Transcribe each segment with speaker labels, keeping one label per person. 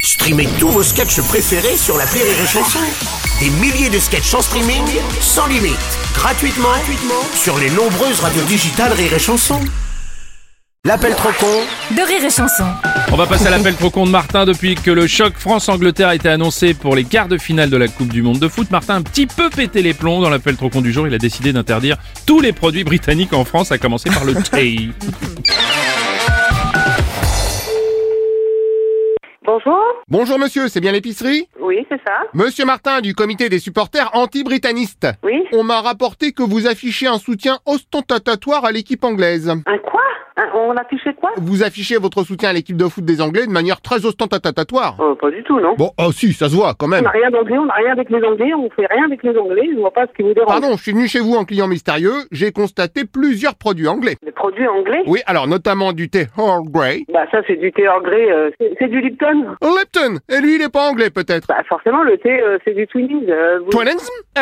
Speaker 1: Streamez tous vos sketchs préférés sur la Rire et Chanson. Des milliers de sketchs en streaming, sans limite, gratuitement, gratuitement sur les nombreuses radios digitales Rire et Chanson. L'appel trop con
Speaker 2: de rire et chanson.
Speaker 3: On va passer à l'appel trop con de Martin depuis que le choc France-Angleterre a été annoncé pour les quarts de finale de la Coupe du Monde de foot. Martin a un petit peu pété les plombs dans l'appel trop con du jour. Il a décidé d'interdire tous les produits britanniques en France, à commencer par le thé.
Speaker 4: Bonjour.
Speaker 5: Bonjour monsieur, c'est bien l'épicerie
Speaker 4: Oui, c'est ça.
Speaker 5: Monsieur Martin du comité des supporters anti-britannistes.
Speaker 4: Oui.
Speaker 5: On m'a rapporté que vous affichez un soutien ostentatoire à l'équipe anglaise.
Speaker 4: Un quoi Un- On affichait quoi
Speaker 5: Vous affichez votre soutien à l'équipe de foot des Anglais de manière très ostentatoire.
Speaker 4: Euh, Pas du tout, non.
Speaker 5: Bon, oh si, ça se voit quand
Speaker 4: On
Speaker 5: même.
Speaker 4: n'a rien d'anglais, on n'a rien avec les anglais, on fait rien avec les anglais, je vois pas ce qui vous dérange.
Speaker 5: Pardon, je suis venu chez vous en client mystérieux, j'ai constaté plusieurs produits anglais.
Speaker 4: Des produits anglais
Speaker 5: Oui, alors notamment du thé Earl Grey.
Speaker 4: Bah ça c'est du thé Earl Grey, euh, c'est c'est du Lipton.
Speaker 5: Lipton Et lui, il est pas anglais peut-être
Speaker 4: Bah forcément le thé euh, c'est du Twinings. euh, vous-
Speaker 5: Twinnings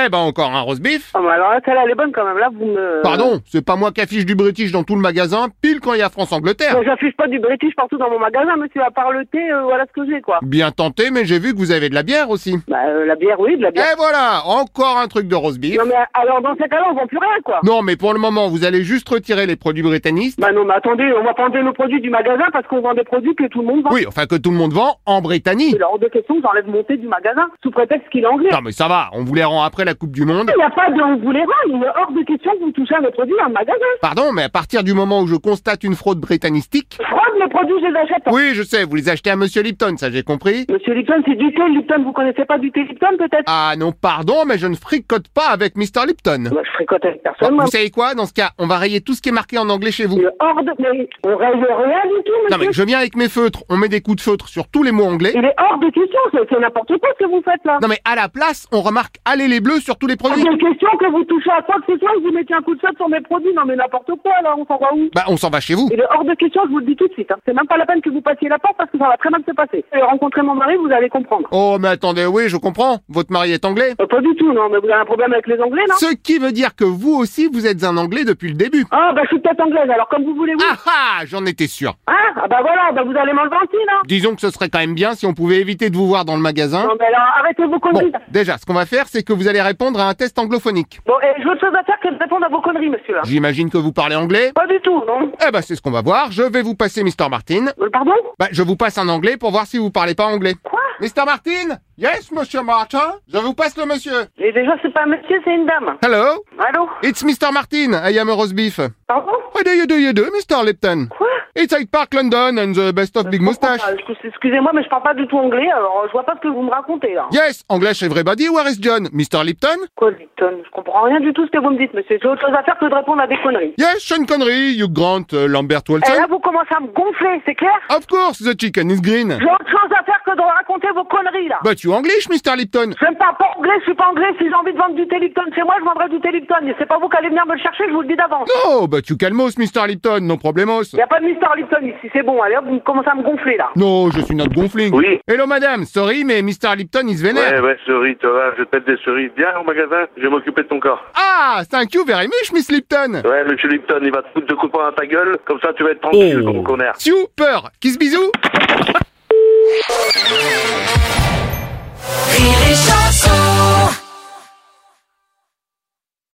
Speaker 5: Eh ben encore un roast beef
Speaker 4: Ah, bah, alors là, celle-là elle est bonne quand même, là vous me...
Speaker 5: Pardon, c'est pas moi qui affiche du british dans tout le magasin, pile quand il y a France-Angleterre.
Speaker 4: Moi, J'affiche pas du British partout dans mon magasin monsieur, à part le thé, euh, voilà ce que j'ai quoi.
Speaker 5: Bien tenté, mais j'ai vu que vous avez de la bière aussi.
Speaker 4: Bah euh, la bière oui, de la bière.
Speaker 5: Et voilà, encore un truc de roast beef.
Speaker 4: Non mais alors dans ces cas-là on vend plus rien quoi.
Speaker 5: Non, mais pour le moment, vous allez juste retirer les produits britanniques.
Speaker 4: Bah non mais attendez, on va pas enlever nos produits du magasin parce qu'on vend des produits que tout le monde vend.
Speaker 5: Oui, enfin que tout le monde vend en Britannie.
Speaker 4: C'est hors de question que j'enlève mon thé du magasin sous prétexte qu'il est anglais.
Speaker 5: Non, mais ça va, on vous les rend après la Coupe du Monde.
Speaker 4: Il n'y a pas de on vous les rend, il est hors de question que vous touchez à mes produits dans le magasin.
Speaker 5: Pardon, mais à partir du moment où je constate une fraude britannistique.
Speaker 4: Fraude, mes produits, je les achète.
Speaker 5: Oui, je sais, vous les achetez à Monsieur Lipton, ça j'ai compris.
Speaker 4: Monsieur Lipton, c'est du thé Lipton, vous connaissez pas du thé Lipton peut-être
Speaker 5: Ah non, pardon, mais je ne fricote pas avec Mr. Lipton.
Speaker 4: Moi, Je fréquente avec personne,
Speaker 5: Bon,
Speaker 4: moi.
Speaker 5: vous savez quoi Dans ce cas, on va rayer tout ce qui est marqué en anglais chez vous.
Speaker 4: Il est hors de... Mais on rêve rien du tout,
Speaker 5: Non
Speaker 4: monsieur.
Speaker 5: mais je viens avec mes feutres, on met des coups de feutre sur tous les mots anglais.
Speaker 4: Il est hors de question, c'est c'est n'importe quoi ce que vous faites là.
Speaker 5: Non mais à la place, on remarque allez les bleus sur tous les
Speaker 4: Il
Speaker 5: produits.
Speaker 4: est question que vous touchez à quoi que ce soit, que vous mettiez un coup de feu sur mes produits. Non mais n'importe quoi là, on s'en va où
Speaker 5: Bah on s'en va chez vous.
Speaker 4: Il est hors de question, je vous le dis tout de suite. hein. C'est même pas la peine que vous passiez la porte parce que ça va très mal se passer. Et rencontrer mon mari, vous allez comprendre.
Speaker 5: Oh mais attendez, oui je comprends, votre mari est anglais.
Speaker 4: Euh, pas du tout, non, mais vous avez un problème avec les Anglais, non
Speaker 5: Ce qui veut dire que vous aussi vous êtes un anglais depuis le début.
Speaker 4: Ah, bah je suis peut-être anglaise, alors comme vous voulez, oui.
Speaker 5: Ah ah, j'en étais sûr.
Speaker 4: Hein ah bah voilà, bah vous allez m'enlever aussi, non
Speaker 5: Disons que ce serait quand même bien si on pouvait éviter de vous voir dans le magasin.
Speaker 4: Non, mais alors arrêtez vos
Speaker 5: Bon,
Speaker 4: conneries. Bon,
Speaker 5: déjà, ce qu'on va faire, c'est que vous allez répondre à un test anglophonique.
Speaker 4: et j'ai autre chose à faire que de répondre à vos conneries, monsieur, là.
Speaker 5: J'imagine que vous parlez anglais.
Speaker 4: Pas du tout, non
Speaker 5: Eh ben c'est ce qu'on va voir. Je vais vous passer Mr. Martin.
Speaker 4: Euh, Pardon
Speaker 5: Bah, je vous passe un anglais pour voir si vous parlez pas anglais.
Speaker 4: Quoi
Speaker 5: Mr. Martin? Yes, Monsieur Martin? Je vous passe le monsieur.
Speaker 4: Mais déjà, c'est pas un monsieur, c'est une dame.
Speaker 5: Hello?
Speaker 4: Allô
Speaker 5: It's Mr. Martin. I am a roast beef. Oh, How
Speaker 4: Pardon
Speaker 5: do you do you do, Mr. Lipton?
Speaker 4: Quoi
Speaker 5: It's Hyde Park, London, and the best of big moustache.
Speaker 4: Ah, excuse- Excusez-moi, mais je parle pas du tout anglais, alors euh, je vois pas ce que vous me racontez, là.
Speaker 5: Yes, English everybody, where is John? Mr. Lipton?
Speaker 4: Quoi, Victon Je comprends rien du tout ce que vous me dites, monsieur. J'ai autre chose à faire que de répondre à des conneries.
Speaker 5: Yes, Sean Connery, you Grant, uh, Lambert
Speaker 4: Et là,
Speaker 5: Wilson.
Speaker 4: vous commencez à me gonfler, c'est clair
Speaker 5: Of course, the chicken is green.
Speaker 4: J'ai autre chose à faire que de raconter vos conneries, là.
Speaker 5: But you English, Mr. Lipton?
Speaker 4: Je n'aime pas pas anglais, je suis pas anglais. Si j'ai envie de vendre du Télipton chez moi, je vendrai du Télipton. Et c'est pas vous qui allez venir me le chercher, je vous le dis d'avance.
Speaker 5: No, but you calmos, Mr. Lipton, no problemos.
Speaker 4: Il n'y a pas de Mister Lipton ici, c'est bon. Allez hop, vous commencez à me gonfler là.
Speaker 5: No, je suis not gonfling.
Speaker 6: Oui.
Speaker 5: Hello, madame. Sorry, mais Mr. Lipton is vénère.
Speaker 6: Ouais, ouais, cerise, Thomas, je pète des cerises. Viens au magasin, je vais m'occuper de ton corps.
Speaker 5: Ah, thank you very much, Miss Lipton.
Speaker 6: Ouais, monsieur Lipton, il va te foutre de coupons dans ta gueule, comme ça tu vas être tranquille, comme qu'on est.
Speaker 5: Super. Kiss bisous.
Speaker 2: Rire et chanson.